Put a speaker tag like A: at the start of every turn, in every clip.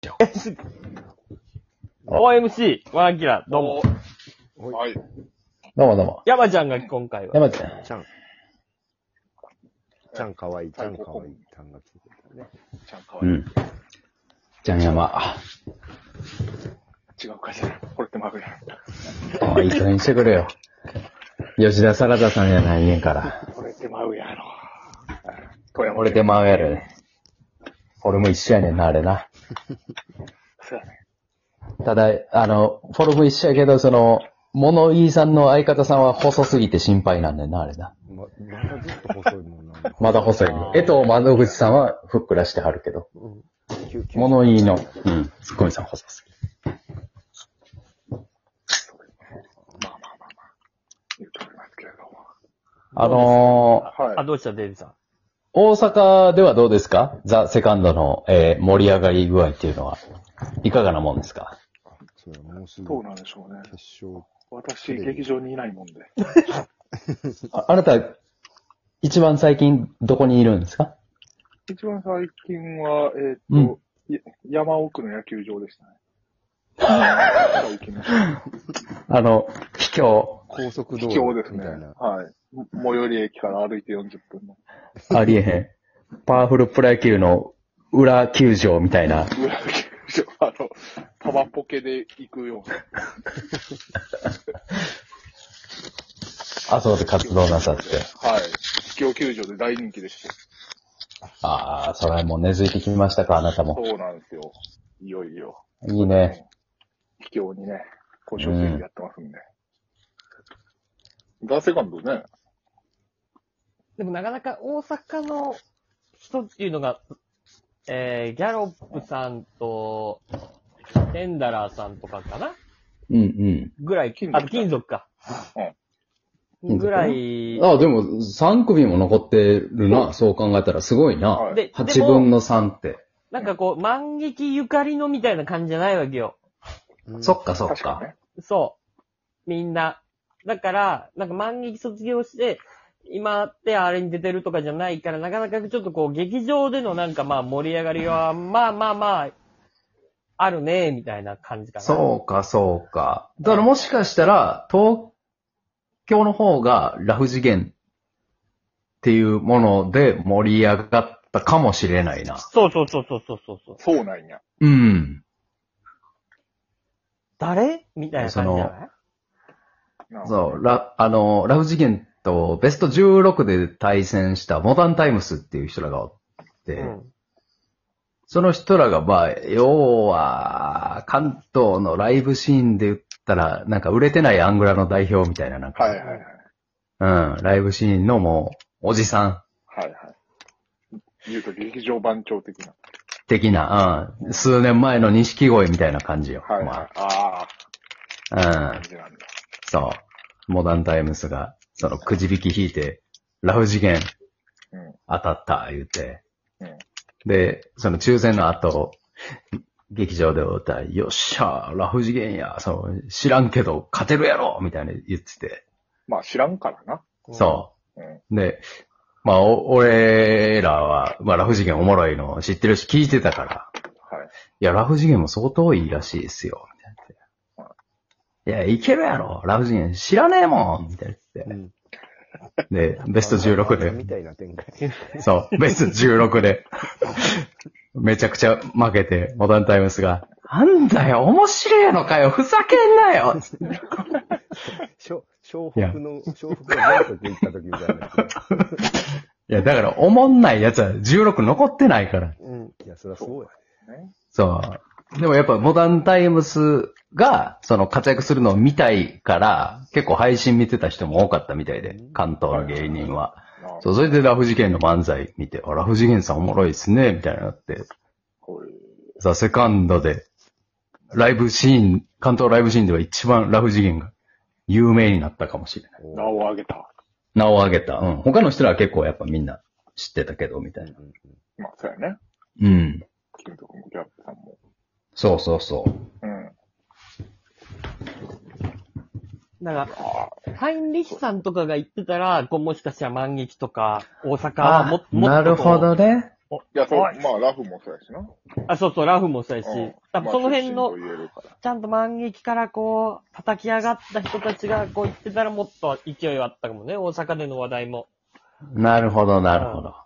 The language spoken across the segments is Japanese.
A: じゃん。
B: OMC、ワンアキラ、どうも。
A: お
C: はい。
A: どうもどうも。
B: 山ちゃんが今回は。
A: 山ちゃん。
D: ちゃん。ちゃんかわいい、ちゃんかわいい、ちゃんがついてたね。
C: ちゃんかわ
A: う
C: いい。
A: ん。ちゃん山。
C: 違う会社だ。これってまぐれ。
A: おい、いい加減にしてくれ よ。吉田サラダさんじゃないねんから。
C: これってまうやろ。これも
A: 俺でもあうやろね。俺も一緒やねんな、あれな。
C: そうやね。
A: ただ、あの、フォルム一緒やけど、その、物言いさんの相方さんは細すぎて心配なんだよな、あれな。
D: ま、まだずっと細いもんなんだ。
A: まだ細いの。江藤窓口さんはふっくらしてはるけど。
D: うん。救急
A: 物言いの、うん、ツッコミさん細すぎ。
C: まあまあまあまあ。言うとおりますけれども。
A: あのー、
B: あ、
C: は
B: どうした、デイビさん。
A: 大阪ではどうですかザ・セカンドの、えー盛り上がり具合っていうのは、いかがなもんですか
D: そうや、もうす
C: い。
D: ぐ
C: どうなんでしょうね。
D: 決勝。
C: 私、劇場にいないもんで。
A: ああなた、一番最近どこにいるんですか
C: 一番最近は、えっ、
A: うん
C: と、や山奥の野球場でした ね。山奥の
A: あの、秘境、
D: 高速道
C: 秘境で
D: 路
C: す
D: み
C: ね。
D: たいな。
C: はい。最寄り駅から歩いて40分の。
A: ありえへん。パ ワフルプロ野球の裏球場みたいな。
C: 裏の球場、あの、玉ポケで行くような。
A: あ、そうで活動なさって。
C: はい。秘境球場で大人気でした。
A: ああ、それもう根付いてきましたか、あなたも。
C: そうなんですよ。いよいよ。
A: いいね。
C: 秘境にね、交渉整理やってますんで。ザ・セカンドね。
B: でもなかなか大阪の人っていうのが、えー、ギャロップさんと、テンダラーさんとかかな
A: うんうん。
B: ぐらい、
C: 金
B: あ、
C: 属
B: 金属か。
A: うん
B: ぐらい、
A: あ、でも、3組も残ってるな、そう考えたらすごいな
C: はい
B: で、で
A: 8分
B: も、
A: の3って。
B: なんかこう、万劇ゆかりのみたいな感じじゃないわけよ。
D: うん
A: そっかそっ
C: 確か
A: か
C: に。ね。
B: そう。みんな。だから、なんか万劇卒業して、今ってあれに出てるとかじゃないから、なかなかちょっとこう、劇場でのなんかまあ盛り上がりは、まあまあまあ、あるね、みたいな感じかな。
A: そうか、そうか。だからもしかしたら、東京の方がラフ次元っていうもので盛り上がったかもしれないな。
B: そうそうそうそうそうそうそう。
C: そうなんや。
A: うん。
B: 誰みたいな感じじゃない
C: なう。
A: そう、ラ、あの、ラフ次元とベスト16で対戦したモダンタイムスっていう人らがおって、
B: うん。
A: その人らが、まあ、要は、関東のライブシーンで言ったら、なんか売れてないアングラの代表みたいな、なんか、
C: はいはいはい。
A: うん、ライブシーンのもう、おじさん
C: はいはい。言うと劇場番長的な。
A: 的な、うん、数年前の錦鯉みたいな感じよ。
C: はいはい。あ
A: ま
C: あ、
A: あ、うん
C: 感、じなんだ。
A: そう。モダンタイムスが、そのくじ引き引いて、ラフ次元
C: うん。
A: 当たった、言うて。
C: うん
A: で、その抽選の後、劇場で歌い、よっしゃー、ラフ次元や、その、知らんけど、勝てるやろみたいな言ってて。
C: まあ知らんからな。
A: そうう。で、まあ、お俺らは、まあ、ラフ次元おもろいの知ってるし、聞いてたから。
C: ん。はい。
A: いや、ラフ次元も相当いいらしいですよ。みたいな。いや、いけるやろラフ次元知らねえもんみたいな
D: う
A: 言っ
D: ん。
A: て。で、ベスト16
D: みたいな展開。
A: で、そう、ベスト16で、めちゃくちゃ負けて、モダンタイムスが、なんだよ、面白いのかよ、ふざけんなよつって
D: しょ 小北の、小北が全国行った時みたいな。
A: いや、だから、おもんないやつは16残ってないから。
B: うん。
D: いや、そりゃそうや。
C: ね。
A: そう。でもやっぱモダンタイムスが、その活躍するのを見たいから、結構配信見てた人も多かったみたいで、関東の芸人は。
C: なあ
A: そう、それでラフ次元の漫才見て、あ、ラフ次元さんおもろいですね、みたいになって、
C: こういう。
A: ザ・セカンドで、ライブシーン、関東ライブシーンでは一番ラフ次元が有名になったかもしれない。
C: 名を上げた。
A: 名を挙げた。うん。他の人らは結構やっぱみんな知ってたけど、みたいな。
D: うんうん
C: まあそうやね。
A: うん。
C: 金属もギャップさんも。
A: そうそうそう。
C: うん。
B: だか
C: あ
B: ら、ハインリヒさんとかが言ってたら、こうもしかしたら万劇とか、大阪はももっとこう。
A: なるほどね。
C: いや、そう、
B: おい
C: まあラフもそうやしな。
B: あ、そうそう、ラフもそうやし
C: うん、
B: 多分その辺の
C: まあ出身と、言えるから
B: ちゃんと万劇からこう、叩き上がった人たちがこう言ってたらもっと勢いはあったかもね、大阪での話題も。
A: なるほど、なるほど。ま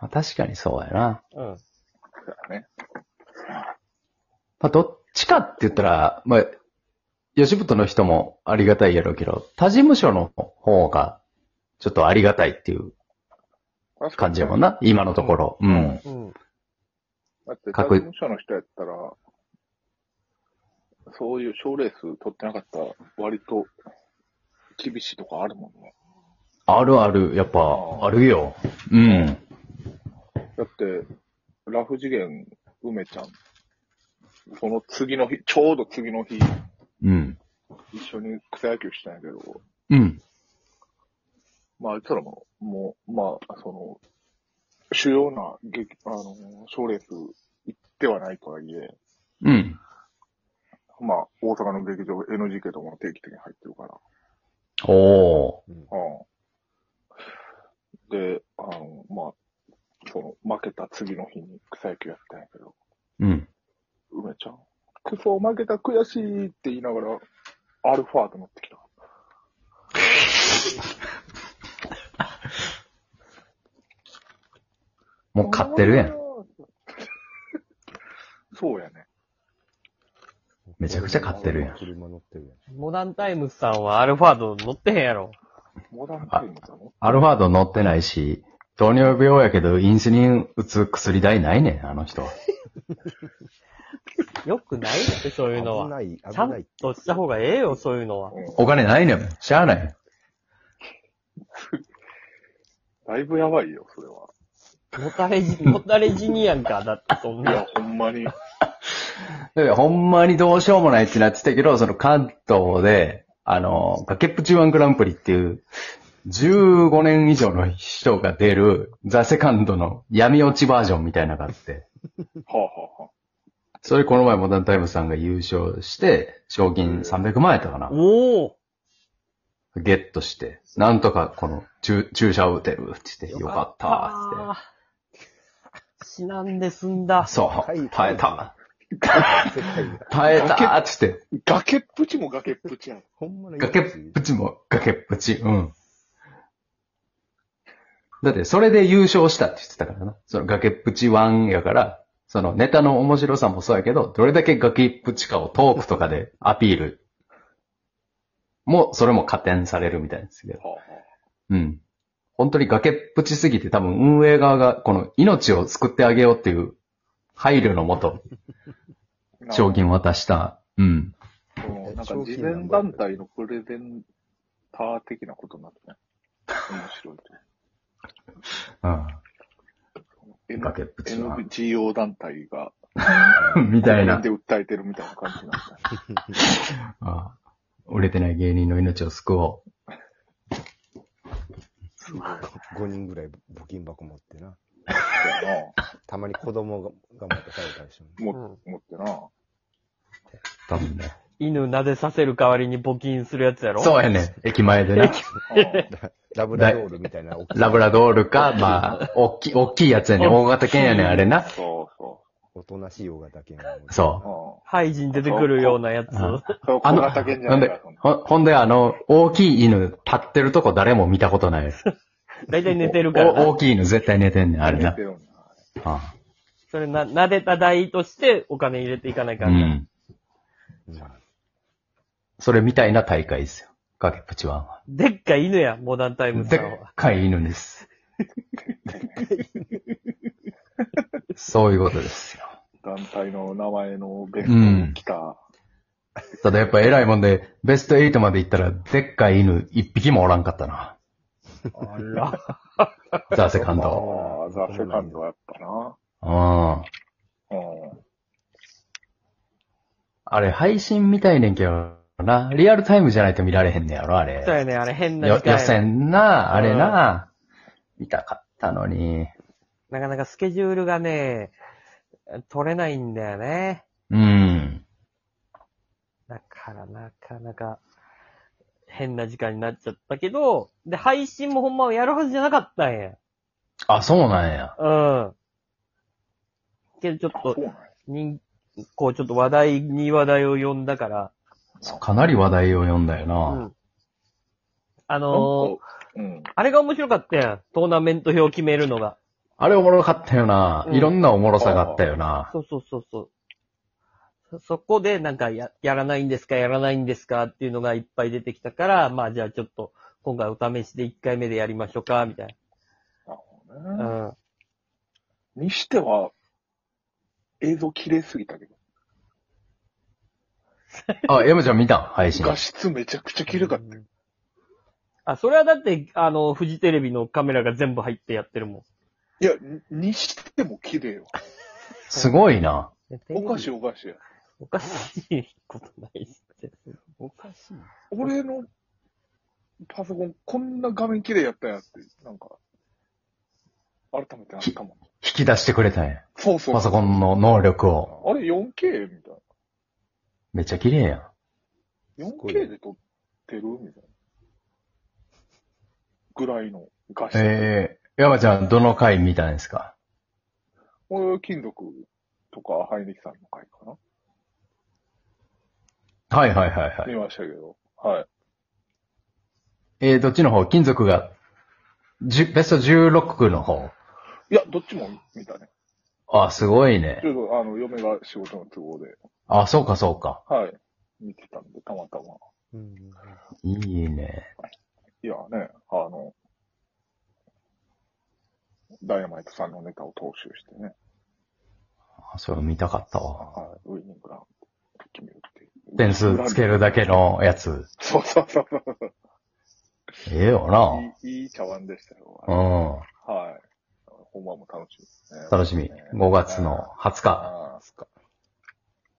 A: あ、確かにそうやな。
B: うん。
C: だからね。
A: まあ、どっちかって言ったら、まあ、吉本の人もありがたいやろうけど、他事務所の方が、ちょっとありがたいっていう
C: 確かに
A: 感じやもんな、今のところ。うん。
B: うん。
C: だって、
A: か
C: 他事
A: っこいい
C: 務所の人やったら、そういう賞レース取ってなかったら、割と厳しいとこあるもんね。
A: あるある、やっぱ、あるよ。うん。
C: だって、ラフ次元、梅ちゃん、その次の日、ちょうど次の日、
A: うん。
C: 一緒に草野球したんやけど、
A: うん。
C: まあ、あいつらも、もう、まあ、その、主要な激、あの、賞レース行ってはないとはいえ、
A: うん。
C: まあ、大阪の劇場 NGK とも定期的に入ってるから。
A: おー。
C: うん。で、あの、まあ、その、負けた次の日に草野球やったんやけど、
A: うん。
C: 梅ちゃん、クソ負けた悔しいって言いながら、アルファード乗ってきた。
A: もう買ってるやん。。
C: そうやね。
A: めちゃくちゃ買ってるやん
D: 車乗ってるやん。
B: モダンタイムズさんはアルファード乗ってへんやろ。
C: モダンタイムだの
A: アルファード乗ってないし、糖尿病やけど、インスリン打つ薬代ないねん、あの人は。
B: よくないって、そういうの
D: 危
B: は。
D: ない、
B: ち
D: 危
B: ゃ
D: なんい。
B: とした方がええよ、そういうのは。
C: うん。
A: お金ないねん。しゃあない。
C: だいぶやばいよ、それは。
B: もたれじ、もたれじにやんか、だってそん
C: い
B: な
C: や。、ほんまに。
A: だからほんまにどうしようもないってなってたけど、その関東で、あの、崖っぷち1グランプリっていう、15年以上の人が出る、ザ・セカンドの闇落ちバージョンみたいなのがあって、
C: はあ、はあは
A: それこの前モダンタイムさんが優勝して、賞金300万円やったかな。
B: おお
A: ゲットして、なんとかこの注注射を打てるって言って、よかったーって。
B: ー死なんで済んだ。
A: そう、耐えた。
D: 世界が。
A: 耐えたーっつって、
C: あ。崖っぷちも崖っぷちやん。
D: ほんまの
A: 崖っ
D: 命
A: ぷちも崖っぷち。うん。だって、それで優勝したって言ってたからな。その崖っぷち1やから、そのネタの面白さもそうやけど、どれだけ崖っぷちかをトークとかでアピール。もう、それも加点されるみたいですけど。
C: はあ、は
A: うん。本当に崖っぷちすぎて多分運営側がこの命を救ってあげようっていう配慮のもと、
C: あ。なんか
A: 賞金を渡した。うん。
C: うんなんか慈善団体のプレゼンター的なことになってね。面白いね。
A: う
C: N-
A: 崖っぷちは
C: NGO 団体が、
A: ん。みたいな
C: で。訴えてるみたいな感じになったね。
A: ああ売れてない芸人の命を救おう。
D: 5人ぐらい募金箱持ってな。
C: そうや
D: たまに子供がが持って帰ったりして
C: なも、持ってな。
A: 多分ね。
B: 犬撫でさせる代わりに募金するやつやろ
A: そうやね。駅前でな。
C: うん
D: ラブラドールみたいな大きい
A: ラブラドールか、まあ、おっきい、おっきいやつやね。大型犬やね、あれな。
C: そうそ。
D: おとなしい大型犬を持って。
A: そ
C: う
A: う
B: ハイジに出てくるようなやつ。
A: うん
B: う
C: う。そう、
A: あ
C: 小
A: の
C: 型犬じ
A: な
C: ゃ
A: ん
C: ない
A: で
C: か、そんな。
A: ほ、ほんであの、大きい犬立ってるとこ誰も見たことない。
B: だいたい寝てるからな
A: お大きい犬絶対寝てんねん、あれな。
C: てるんだ
A: あ
B: それな、撫でた代としてお金入れていかない
A: あ
B: か
A: うん
B: な。
A: ん。
D: うん
A: それみたいな大会ですよ。崖っぷちワンは。
B: でっかい犬や、モダンタイムさ
A: でっ
B: んは。
A: かい犬です。そういうことですよ。
C: 団体の名前のベストに来た。
A: ただやっぱ偉いもんで、ベスト8まで行ったら、でっかい犬一匹もおらんかったな。
B: あら。
A: ザ・セカン
C: あ
A: ド。
C: あ、ザ・セカンドはやっぱな。
A: う
C: う
A: ん。
C: ん。
A: あれ、配信みたいねんけどな。リアルタイムじゃないと見られへんねやろ、あれ。
B: そうやね、あれ変な
A: よ
B: 機械
A: 予選な、あれな。見たかったのに。
B: なかなかスケジュールがね、取れないんだよね。
A: うん。
B: だから、なかなか、変な時間になっちゃったけど、で、配信もほんまはやるはずじゃなかったんや。
A: あ、そうなんや。
B: うん。けどちょっと
C: そうなんや
B: 人、こうちょっと話題に話題を呼んだから、
A: そうかなり話題を読んだよな。
B: うん。あ
C: な
B: のー
C: んかうん。
B: あれが面白かったやん。トーナメント表を決めるのが。
A: あれおもろかったよな。
B: うん
A: いろんなおもろさがあったよな。
B: そうそうそうそう。そそこでなんかや、やらないんですか、やらないんですかっていうのがいっぱい出てきたから、まあじゃあちょっと、今回お試しで1回目でやりましょうか、みたい
C: なるほどね。
B: な。
C: にしては、映像綺麗すぎたけど。
A: あ、山ちゃん見た配信。
C: 画質めちゃくちゃ綺麗かっ
B: うん。あ、それはだって、あの、フジテレビのカメラが全部入ってやってるも
C: た。いや、ににしても綺麗よ。
A: すごいな。
B: ん。
C: おかしい
B: い。
C: おかしいや。
B: おかしいことないっすね。
D: おかしい。
C: 俺のパソコン、こんな画面綺麗やったやって、なんか、改めてなったもん。
A: 引き出してくれたんや。
C: そうそう。
A: パソコンの能力を。
C: あれ 4K? みたい
A: めっちゃ綺麗やん。
C: な。
D: ごい
C: 4K で撮ってるみたいな。ぐらいの画質。
A: えー、山ちゃんどの回見たんですか
C: 俺、金属とか、ハイネキさんの回かな、
A: はいはいはいはい。
C: 見ましたけど。はい。
A: えー、どっちの方金属が、じゅベスト16の方。
C: いや、どっちも見たね。
A: あ、すごいね
C: ち。ょっと、あの、嫁が仕事の都合で、
A: あ、そうかそうか。
C: はい。見てたんで、たまたま。
D: うん。
A: いいね。
C: いやね、あの、ダイヤマイトさんのネタを踏襲してね、
A: あそれ見たかったわ。
C: はい、ウィニングランド決めるっていう。
A: 点数つけるだけのやつ。
C: そうそうそうそう。
A: ええよ
C: いい、いい茶碗でしたよ。
A: な。う
C: はい。本番も楽しみですね。
A: ん。楽しみ。5月の20日。
C: あ
D: すか。